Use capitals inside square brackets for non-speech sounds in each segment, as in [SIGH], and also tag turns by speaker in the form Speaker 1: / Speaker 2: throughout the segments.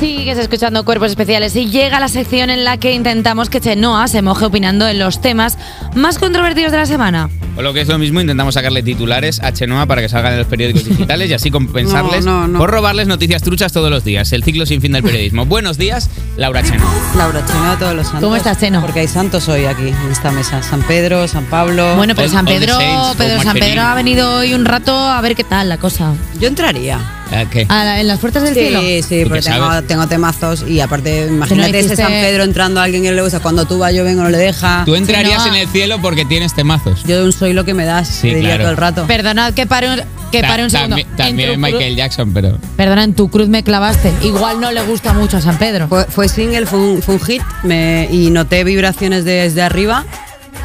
Speaker 1: Sigues escuchando Cuerpos Especiales y llega la sección en la que intentamos que Chenoa se moje opinando en los temas más controvertidos de la semana.
Speaker 2: O lo que es lo mismo, intentamos sacarle titulares a Chenoa para que salgan en los
Speaker 3: [LAUGHS]
Speaker 2: periódicos digitales y así compensarles
Speaker 3: No, no, no.
Speaker 2: por robarles noticias truchas todos los días. El ciclo sin fin del periodismo. Buenos días, Laura Chenoa.
Speaker 3: Laura Chenoa de todos los santos.
Speaker 1: ¿Cómo estás, Cheno?
Speaker 3: Porque hay santos hoy aquí, en esta mesa. San Pedro, San Pablo.
Speaker 1: Bueno, pero
Speaker 2: All-
Speaker 1: San
Speaker 2: all the
Speaker 1: Pedro,
Speaker 2: saints,
Speaker 1: Pedro
Speaker 2: all
Speaker 1: San
Speaker 2: Marcelino.
Speaker 1: Pedro ha venido hoy un rato a ver qué tal la cosa.
Speaker 3: yo entraría.
Speaker 1: Ah,
Speaker 2: ¿A qué?
Speaker 1: A la- en las puertas del cielo.
Speaker 3: Sí, sí,
Speaker 2: ¿Tú
Speaker 3: porque
Speaker 2: qué
Speaker 3: tengo,
Speaker 2: sabes?
Speaker 3: tengo temazos y aparte, imagínate
Speaker 1: hiciste-
Speaker 3: ese San Pedro entrando a alguien que no le gusta. Cuando tú vas, yo vengo, no le deja.
Speaker 2: Tú entrarías
Speaker 1: Chenoa.
Speaker 2: en el cielo porque tienes temazos.
Speaker 3: Yo soy lo que me das,
Speaker 2: Sí,
Speaker 3: te diría
Speaker 2: claro.
Speaker 3: todo el rato.
Speaker 1: Perdonad que pare un, que
Speaker 2: Ta-
Speaker 1: pare un segundo.
Speaker 2: tambi-
Speaker 1: En
Speaker 2: También
Speaker 1: tu
Speaker 2: es
Speaker 1: cruz-
Speaker 2: Michael Jackson, pero.
Speaker 1: Perdona, en tu cruz me clavaste. Igual no le gusta mucho a San Pedro.
Speaker 3: Fue, fue single, fue un, fue un hit me- y noté vibraciones desde arriba.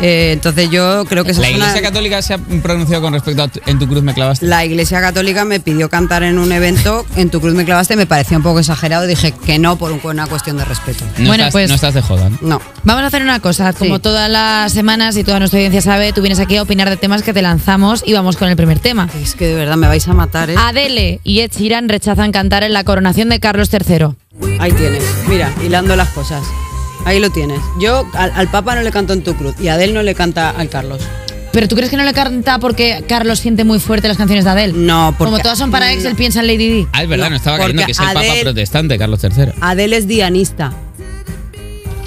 Speaker 3: Eh, entonces yo creo que esa
Speaker 2: La
Speaker 3: es una-
Speaker 2: Iglesia Católica se ha pronunciado con respecto a tu- en tu cruz me clavaste.
Speaker 3: La Iglesia Católica me pidió cantar en un evento, en tu cruz me clavaste, me pareció un poco exagerado, dije que no por un- una cuestión de respeto.
Speaker 2: No,
Speaker 1: Bueno,
Speaker 2: estás,
Speaker 1: pues-
Speaker 2: no estás de joda, ¿no?
Speaker 3: No.
Speaker 1: Vamos a hacer una cosa, como todas las semanas y toda nuestra audiencia sabe, tú vienes aquí a opinar de temas que te lanzamos y vamos con el primer tema.
Speaker 3: Es que de verdad me vais a matar, ¿eh?
Speaker 1: Ah. Adele y Ed Sheeran rechazan cantar en la coronación de Carlos III.
Speaker 3: Ahí tienes, mira, hilando las cosas. Ahí lo tienes. Yo al, al Papa no le canto en tu cruz y a Adel no le canta al Carlos.
Speaker 1: ¿Pero tú crees que no le canta porque Carlos siente muy fuerte las canciones de Adele?
Speaker 3: No, porque-
Speaker 1: Como todas son para ex, él
Speaker 3: no.
Speaker 1: piensa en Lady Di.
Speaker 2: Ah, es verdad,
Speaker 3: No,
Speaker 2: no estaba creyendo
Speaker 3: porque
Speaker 2: que es el Papa
Speaker 3: Adele-
Speaker 2: protestante, Carlos III.
Speaker 3: Adel es dianista.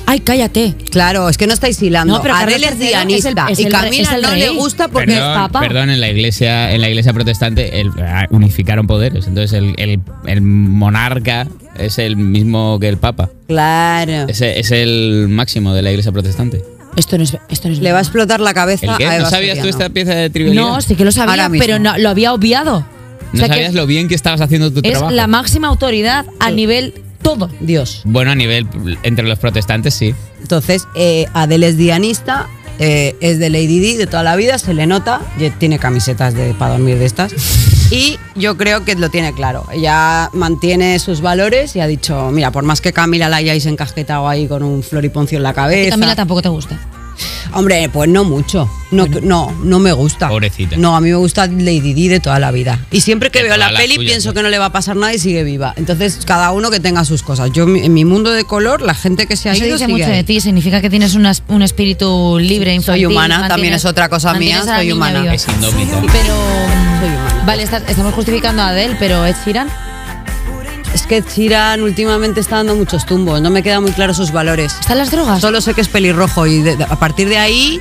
Speaker 1: Ay, cállate.
Speaker 3: Claro, es que no estáis hilando.
Speaker 1: No, pero
Speaker 3: Adel
Speaker 1: Carlos
Speaker 3: es
Speaker 1: III es el-
Speaker 3: dianista
Speaker 1: es el
Speaker 3: y
Speaker 1: re-
Speaker 3: Camila
Speaker 1: es el
Speaker 3: no
Speaker 1: rey.
Speaker 3: le gusta porque
Speaker 1: Pero-
Speaker 3: es
Speaker 2: Perdón,
Speaker 1: papa.
Speaker 2: perdón, en la iglesia, en la iglesia protestante el- ah, unificaron poderes. Entonces el, el- el monarca es el mismo que el papa.
Speaker 3: Claro.
Speaker 2: Es, es el máximo de la iglesia protestante.
Speaker 1: Esto no es, esto no es
Speaker 3: Le va a
Speaker 1: verdad.
Speaker 3: explotar la cabeza
Speaker 1: Ah,
Speaker 2: ¿El qué?
Speaker 3: a
Speaker 2: ¿No
Speaker 3: Eva
Speaker 2: sabías tú
Speaker 3: Soriano.
Speaker 2: esta pieza de trivialidad?
Speaker 1: No, sí que lo sabía,
Speaker 3: Ahora mismo.
Speaker 1: pero no, lo había obviado. O
Speaker 2: ¿No
Speaker 1: sea que
Speaker 2: sabías lo bien que estabas haciendo tu
Speaker 1: es
Speaker 2: trabajo?
Speaker 1: la máxima autoridad a nivel todo.
Speaker 3: Dios.
Speaker 2: Bueno, a nivel entre los protestantes sí.
Speaker 3: Entonces, eh, Adele es dianista, eh, es de Lady Di de toda la vida, se le nota, ye- tiene camisetas de, para dormir de estas. Y yo creo que lo tiene claro. Ella mantiene sus valores y ha dicho, mira, por más que Camila la hayáis encajetado ahí con un floriponcio en la
Speaker 1: Y
Speaker 3: cabeza.
Speaker 1: Camila tampoco te gusta.
Speaker 3: Hombre, pues no mucho. No, no, no me gusta.
Speaker 2: Pobrecita.
Speaker 3: No, a mí me gusta Lady Di de toda la vida. Y siempre que
Speaker 2: De
Speaker 3: veo
Speaker 2: toda
Speaker 3: la
Speaker 2: la
Speaker 3: peli
Speaker 2: suya,
Speaker 3: pienso
Speaker 2: sí.
Speaker 3: que no le va a pasar nada y sigue viva. Entonces, cada uno que tenga sus cosas. Yo mi- en mi mundo de color, la gente que se ha
Speaker 1: Eso
Speaker 3: ido
Speaker 1: dice
Speaker 3: sigue
Speaker 1: mucho
Speaker 3: ahí.
Speaker 1: de ti, significa que tienes un, as- un espíritu libre, infantil.
Speaker 3: humana,
Speaker 1: mantienes-
Speaker 3: también es otra cosa mía,
Speaker 1: mantienes a la
Speaker 3: soy
Speaker 1: niña
Speaker 3: humana.
Speaker 1: viva.
Speaker 2: Es indómita.
Speaker 1: Pero.
Speaker 3: Soy humana.
Speaker 1: Vale, está- estamos justificando a Adele, pero Ed Sheeran.
Speaker 3: Es que Chiran últimamente está dando muchos tumbos, no me quedan muy claros sus valores.
Speaker 1: ¿Están las drogas?
Speaker 3: Solo sé que es pelirrojo y de- de- a partir de ahí,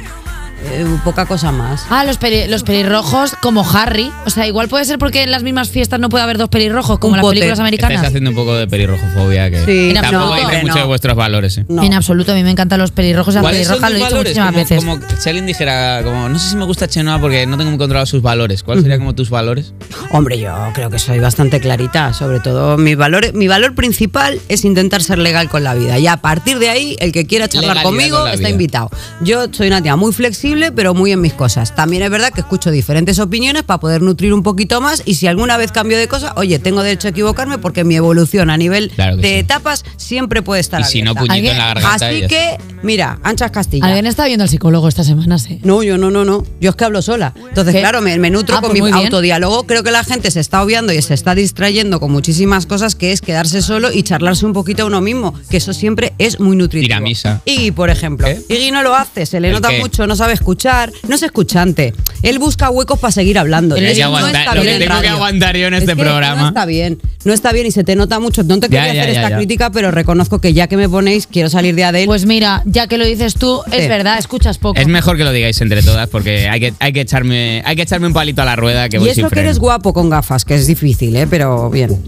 Speaker 3: eh, poca cosa más.
Speaker 1: Ah, los, peli- los pelirrojos como Harry. O sea, igual puede ser porque en las mismas fiestas no puede haber dos pelirrojos, como
Speaker 3: Un
Speaker 1: en las
Speaker 3: bote.
Speaker 1: películas
Speaker 2: Estáis
Speaker 1: americanas.
Speaker 2: haciendo un poco de pelirrojofobia que
Speaker 3: Sí,
Speaker 1: no,
Speaker 2: tampoco
Speaker 1: no,
Speaker 2: dice
Speaker 3: hombre,
Speaker 2: mucho
Speaker 3: no.
Speaker 2: de vuestros valores. ¿eh?
Speaker 3: No.
Speaker 1: En absoluto, a mí me encantan los pelirrojos. y Las
Speaker 2: ¿Cuáles son
Speaker 1: pelirrojas
Speaker 2: tus
Speaker 1: lo he dicho muchísimas
Speaker 2: valores?
Speaker 1: veces.
Speaker 2: Como, como si alguien dijera, como, no sé si me gusta Chenoa porque no tengo muy controlados sus valores. ¿Cuáles serían como tus valores?
Speaker 3: Hombre, yo creo que soy bastante clarita, sobre todo mi valor, mi valor principal es intentar ser legal con la vida y a partir de ahí el que quiera charlar
Speaker 2: Legalidad
Speaker 3: conmigo
Speaker 2: con la
Speaker 3: está
Speaker 2: vida.
Speaker 3: invitado. Yo soy una tía muy flexible, pero muy en mis cosas. También es verdad que escucho diferentes opiniones para poder nutrir un poquito más y si alguna vez cambio de cosa, oye, tengo derecho a equivocarme porque mi evolución a nivel
Speaker 2: Claro que
Speaker 3: de
Speaker 2: sí.
Speaker 3: etapas siempre puede estar
Speaker 2: Y si no,
Speaker 3: abierta.
Speaker 1: ¿Alguien?
Speaker 2: puñito en la garganta. y
Speaker 3: Así
Speaker 2: ya está.
Speaker 3: que, mira, anchas Castilla.
Speaker 1: Alguien está viendo al psicólogo esta semana, sí.
Speaker 3: No, yo no, no, no. Yo es que hablo sola. Entonces,
Speaker 1: ¿Qué?
Speaker 3: claro, me, me nutro
Speaker 1: Ah,
Speaker 3: con
Speaker 1: pues muy
Speaker 3: mi
Speaker 1: bien.
Speaker 3: autodiálogo. Creo que la gente se está obviando y se está distrayendo con muchísimas cosas, que es quedarse solo y charlarse un poquito a uno mismo, que eso siempre es muy nutritivo.
Speaker 2: Ir a misa.
Speaker 3: Iggy, por ejemplo.
Speaker 2: ¿Qué?
Speaker 3: Iggy no lo hace, se le
Speaker 2: ¿El
Speaker 3: nota
Speaker 2: qué?
Speaker 3: mucho, no sabe escuchar, no es escuchante. Él busca huecos para seguir hablando.
Speaker 2: Lo que hay
Speaker 3: Él
Speaker 2: que
Speaker 3: no
Speaker 2: aguantar-
Speaker 3: está
Speaker 2: lo
Speaker 3: bien
Speaker 2: que tengo
Speaker 3: en
Speaker 2: que
Speaker 3: radio.
Speaker 2: aguantar yo en
Speaker 3: Es
Speaker 2: este
Speaker 3: que
Speaker 2: programa.
Speaker 3: No está bien, no está bien y se te nota mucho. No te
Speaker 2: Ya,
Speaker 3: quería
Speaker 2: ya,
Speaker 3: hacer
Speaker 2: ya,
Speaker 3: esta
Speaker 2: ya.
Speaker 3: crítica, pero reconozco que ya que me ponéis, quiero salir de Adel.
Speaker 1: Pues mira, ya que lo dices tú, es
Speaker 3: Sí.
Speaker 1: verdad, escuchas poco.
Speaker 2: Es mejor que lo digáis entre todas porque hay que, hay que, echarme, hay que echarme un palito a la rueda que
Speaker 3: y
Speaker 2: voy
Speaker 3: eso
Speaker 2: sin
Speaker 3: que
Speaker 2: freno.
Speaker 3: eres guapo con gafas, que es difícil, ¿eh? pero bien.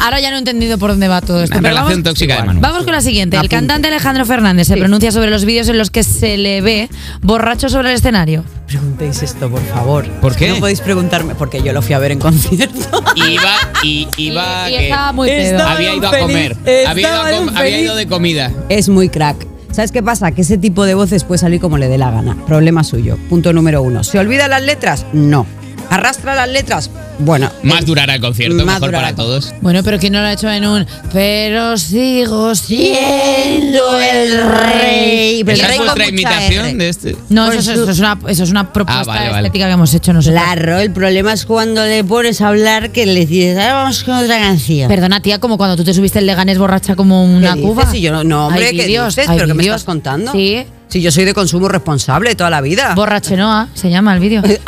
Speaker 1: Ahora ya no he entendido por dónde va todo esto.
Speaker 2: Una
Speaker 1: pero
Speaker 2: relación
Speaker 1: vamos,
Speaker 2: tóxica de Manu.
Speaker 1: Vamos con la siguiente. El
Speaker 3: Apunte.
Speaker 1: cantante Alejandro Fernández se pronuncia sobre los vídeos en los que se le ve borracho sobre el escenario.
Speaker 3: preguntéis esto, por favor.
Speaker 2: ¿Por qué?
Speaker 3: No podéis preguntarme, porque yo lo fui a ver en concierto.
Speaker 2: Iba, y, iba
Speaker 1: y, y
Speaker 2: que
Speaker 1: estaba muy pedo.
Speaker 3: Estaba
Speaker 2: había
Speaker 3: un
Speaker 2: ido a
Speaker 3: feliz-
Speaker 2: comer. Había ido,
Speaker 3: estaba
Speaker 2: a com-
Speaker 3: un
Speaker 2: había
Speaker 3: feliz-
Speaker 2: ido de comida.
Speaker 3: [LAUGHS] Es muy crack. ¿Sabes qué pasa? Que ese tipo de voces puede salir como le dé la gana. Problema suyo. Punto número uno. ¿Se olvida las letras? No. ¿Arrastra las letras? Bueno.
Speaker 2: Más
Speaker 3: eh,
Speaker 2: durará el concierto,
Speaker 3: más
Speaker 2: mejor
Speaker 3: durará
Speaker 2: para
Speaker 3: el
Speaker 2: todos.
Speaker 1: Bueno, pero ¿quién no lo ha hecho en un Pero sigo siendo el rey? Pero
Speaker 3: El
Speaker 2: ¿Esa
Speaker 3: rey
Speaker 2: es
Speaker 3: con
Speaker 2: otra
Speaker 3: mucha R.
Speaker 2: imitación de este?
Speaker 1: No,
Speaker 3: Pues
Speaker 1: eso, es-
Speaker 3: tú-
Speaker 1: eso es una, eso es una propuesta
Speaker 2: Ah, vale, vale.
Speaker 1: estética que hemos hecho nosotros.
Speaker 4: Claro, el problema es cuando le pones a hablar que le dices, ahora vamos con otra canción.
Speaker 1: Perdona, tía, como cuando tú te subiste el Leganés borracha como
Speaker 3: ¿Qué
Speaker 1: una
Speaker 3: dices?
Speaker 1: cuba.
Speaker 3: Si yo no, no, hombre,
Speaker 1: Hay
Speaker 3: ¿qué
Speaker 1: vídeos,
Speaker 3: dices?
Speaker 1: hay
Speaker 3: ¿Pero qué me
Speaker 1: vídeos.
Speaker 3: estás contando? Ah.
Speaker 1: Sí.
Speaker 3: Si yo soy de consumo responsable toda la vida. [LAUGHS]
Speaker 1: Borrachenoa se llama el vídeo.
Speaker 2: El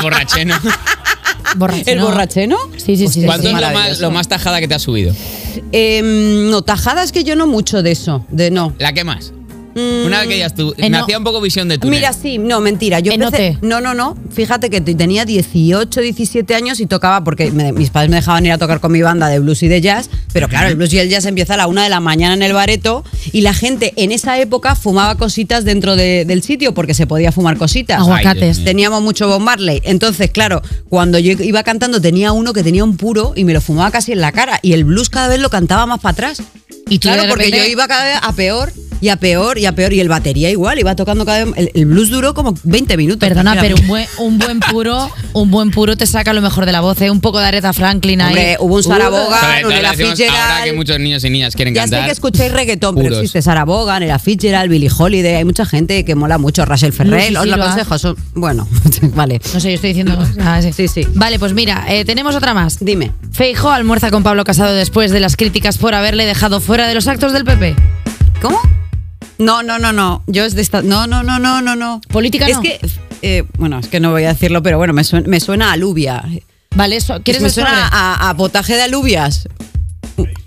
Speaker 2: borracheno.
Speaker 3: Ah, ¿El
Speaker 1: Borrachenoa.
Speaker 3: borracheno?
Speaker 1: Sí, sí, sí. sí, sí.
Speaker 2: ¿Cuánto es lo más,
Speaker 3: maravilloso.
Speaker 2: lo más tajada que te has subido?
Speaker 3: Eh, no, tajadas que yo no mucho de eso, de no.
Speaker 2: ¿La que más? Una vez que ya estuvo.
Speaker 1: Eh,
Speaker 2: me
Speaker 1: no.
Speaker 2: hacía un poco visión de túnel.
Speaker 3: Mm, Mira, sí, no, mentira. Yo
Speaker 1: Enote.
Speaker 3: empecé- no, no, no. Fíjate que te- tenía 18, 17 años y tocaba porque me- mis padres me dejaban ir a tocar con mi banda de blues y de jazz. Pero claro, el blues y el jazz empieza a la una de la mañana en el bareto y la gente en esa época fumaba cositas dentro de- del sitio porque se podía fumar cositas.
Speaker 2: Agua.
Speaker 1: Aguacates.
Speaker 2: Ay, Dios mío.
Speaker 3: Teníamos mucho Bob Marley. Entonces, claro, cuando yo iba cantando tenía uno que tenía un puro y me lo fumaba casi en la cara. Y el blues cada vez lo cantaba más para atrás.
Speaker 1: Y tú
Speaker 3: claro,
Speaker 1: de
Speaker 3: porque yo
Speaker 1: repente-
Speaker 3: iba cada vez a peor y a peor y a peor. Y el batería igual, iba tocando cada vez. El, el blues duró como 20 minutos.
Speaker 1: Perdona, pero un
Speaker 3: prácticamente.
Speaker 1: buen, un buen puro, un buen puro te saca lo mejor de la voz, ¿eh? Un poco de Aretha Franklin ahí. Uh,
Speaker 3: Hombre, hubo un Sarah
Speaker 2: Sobre
Speaker 3: Bogan,
Speaker 2: todo
Speaker 3: un Ella
Speaker 2: le decimos ahora que
Speaker 3: Fitzgerald.
Speaker 2: muchos niños y niñas quieren
Speaker 3: Ya
Speaker 2: cantar.
Speaker 3: sé que escucháis reggaetón,
Speaker 2: puros.
Speaker 3: pero existe Sarah Bogan, Ella Fitzgerald, Billie Holiday. Hay mucha gente que mola mucho. Rachel Ferrell,
Speaker 1: Lucy
Speaker 3: os lo
Speaker 1: Silva.
Speaker 3: aconsejo. son- bueno, [LAUGHS] vale.
Speaker 1: No sé, yo estoy diciendo. Ah, sí.
Speaker 3: Sí, sí.
Speaker 1: Vale, pues mira, eh, tenemos otra más.
Speaker 3: Dime.
Speaker 1: Feijo almuerza con Pablo Casado después de las críticas por haberle dejado fuera de los actos del PP.
Speaker 3: ¿Cómo? No, no, no, no. Yo es de esta. No, no, no, no, no, no.
Speaker 1: Política
Speaker 3: Es
Speaker 1: no.
Speaker 3: que. eh, bueno, es que no voy a decirlo, pero bueno, me suena, me suena a alubia.
Speaker 1: Vale, eso. ¿Quieres
Speaker 3: me
Speaker 1: el sobre?
Speaker 3: suena a, a potaje de alubias.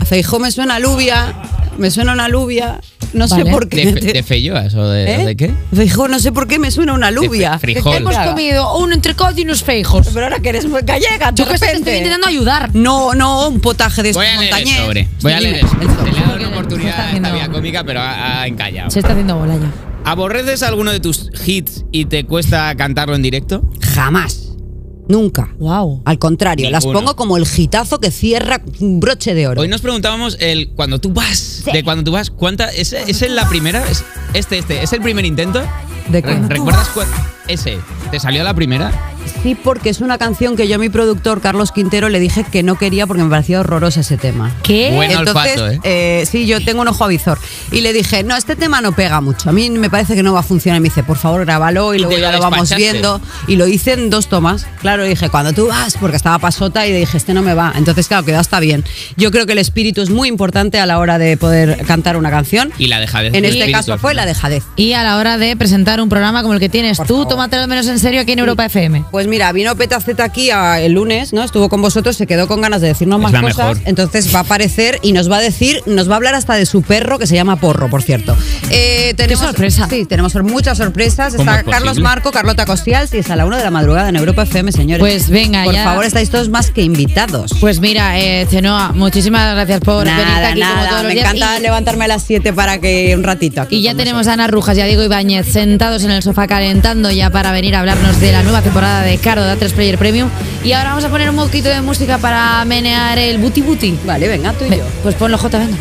Speaker 3: Feijó me suena a alubia. Me suena a una alubia. No
Speaker 1: Vale.
Speaker 3: sé por qué.
Speaker 2: ¿De, fe- de feyoas o de,
Speaker 3: ¿Eh?
Speaker 2: o de qué?
Speaker 3: Feijó, no sé por qué me suena a una alubia.
Speaker 2: fe- frijol.
Speaker 3: ¿Qué
Speaker 1: Hemos
Speaker 3: caga?
Speaker 1: comido un entrecot y unos feijos.
Speaker 3: Pero ahora que eres muy gallega, de
Speaker 1: Yo que sé, te estoy
Speaker 3: repente.
Speaker 1: intentando ayudar.
Speaker 3: No, no, un potaje de
Speaker 2: Voy a leer el
Speaker 3: montañés.
Speaker 2: sobre. Voy a
Speaker 3: Sí,
Speaker 2: leer el
Speaker 3: dime,
Speaker 2: sobre.
Speaker 3: sobre.
Speaker 2: Le he dado
Speaker 1: Porque
Speaker 2: una
Speaker 1: no está
Speaker 2: oportunidad a
Speaker 1: haciendo-
Speaker 2: esta vía cómica, pero ha, ha encallado.
Speaker 1: Se está haciendo bola ya.
Speaker 2: ¿Aborreces alguno de tus hits y te cuesta cantarlo en directo?
Speaker 3: Jamás. Nunca.
Speaker 1: Wow.
Speaker 3: Al contrario, las
Speaker 2: Ninguno.
Speaker 3: pongo como el gitazo que cierra un broche de oro.
Speaker 2: Hoy nos preguntábamos el cuando tú vas, de cuando tú vas, ¿cuánta? ¿Es, es en la primera? ¿Es- este, este, ¿es el primer intento? Re-
Speaker 3: ¿De qué?
Speaker 2: ¿Recuerdas cuál? Ese, ¿te salió la primera?
Speaker 3: Sí, porque es una canción que yo a mi productor, Carlos Quintero, le dije que no quería porque me parecía horroroso ese tema.
Speaker 1: ¿Qué?
Speaker 2: Buen
Speaker 3: Entonces,
Speaker 2: olfato, ¿eh?
Speaker 3: eh, sí, yo tengo un ojo avizor. Y le dije, no, este tema no pega mucho. A mí me parece que no va a funcionar. Y me dice, por favor, grábalo y luego
Speaker 2: te lo
Speaker 3: ya lo vamos
Speaker 2: despachaste.
Speaker 3: viendo. Y lo hice en dos tomas. Claro, le dije, cuando tú vas, porque estaba pasota y le dije, este no me va. Entonces, claro, quedó hasta bien. Yo creo que el espíritu es muy importante a la hora de poder cantar una canción.
Speaker 2: Y la dejadez.
Speaker 3: en
Speaker 2: del
Speaker 3: este
Speaker 2: espíritu,
Speaker 3: caso
Speaker 2: al
Speaker 3: fue la
Speaker 2: final.
Speaker 3: dejadez.
Speaker 1: Y a la hora de presentar un programa como el que tienes
Speaker 3: Por
Speaker 1: tú,
Speaker 3: favor.
Speaker 1: tómatelo menos en serio aquí en Europa FM.
Speaker 3: Pues mira, vino Petaceta aquí a- el lunes, ¿no? Estuvo con vosotros, se quedó con ganas de decirnos
Speaker 2: Es
Speaker 3: más
Speaker 2: la
Speaker 3: cosas.
Speaker 2: mejor.
Speaker 3: Entonces va a aparecer y nos va a decir, nos va a hablar hasta de su perro que se llama Porro, por cierto. Eh, tenemos,
Speaker 1: sorpresa.
Speaker 3: Sí, tenemos muchas sorpresas.
Speaker 2: ¿Cómo
Speaker 3: Está
Speaker 2: es
Speaker 3: Carlos
Speaker 2: posible?
Speaker 3: Marco, Carlota Costial, sí, es a la una de la madrugada en Europa FM, señores.
Speaker 1: Pues venga,
Speaker 3: Por
Speaker 1: ya.
Speaker 3: favor, estáis todos más que invitados.
Speaker 1: Pues mira, eh, Chenoa, muchísimas gracias por venirte
Speaker 3: nada,
Speaker 1: aquí como
Speaker 3: nada.
Speaker 1: todos los
Speaker 3: Me
Speaker 1: días.
Speaker 3: encanta
Speaker 1: Y-
Speaker 3: levantarme a las 7 para que un ratito aquí.
Speaker 1: Y ya
Speaker 3: con
Speaker 1: tenemos
Speaker 3: vosotros.
Speaker 1: a Ana Rujas y a Diego Ibáñez sentados en el sofá calentando ya para venir a hablarnos de la nueva temporada de Caro de A3 Player Premium. Y ahora vamos a poner un poquito de música para menear el buti buti.
Speaker 3: Vale, venga, tú y yo.
Speaker 1: Pues ponlo, J, venga.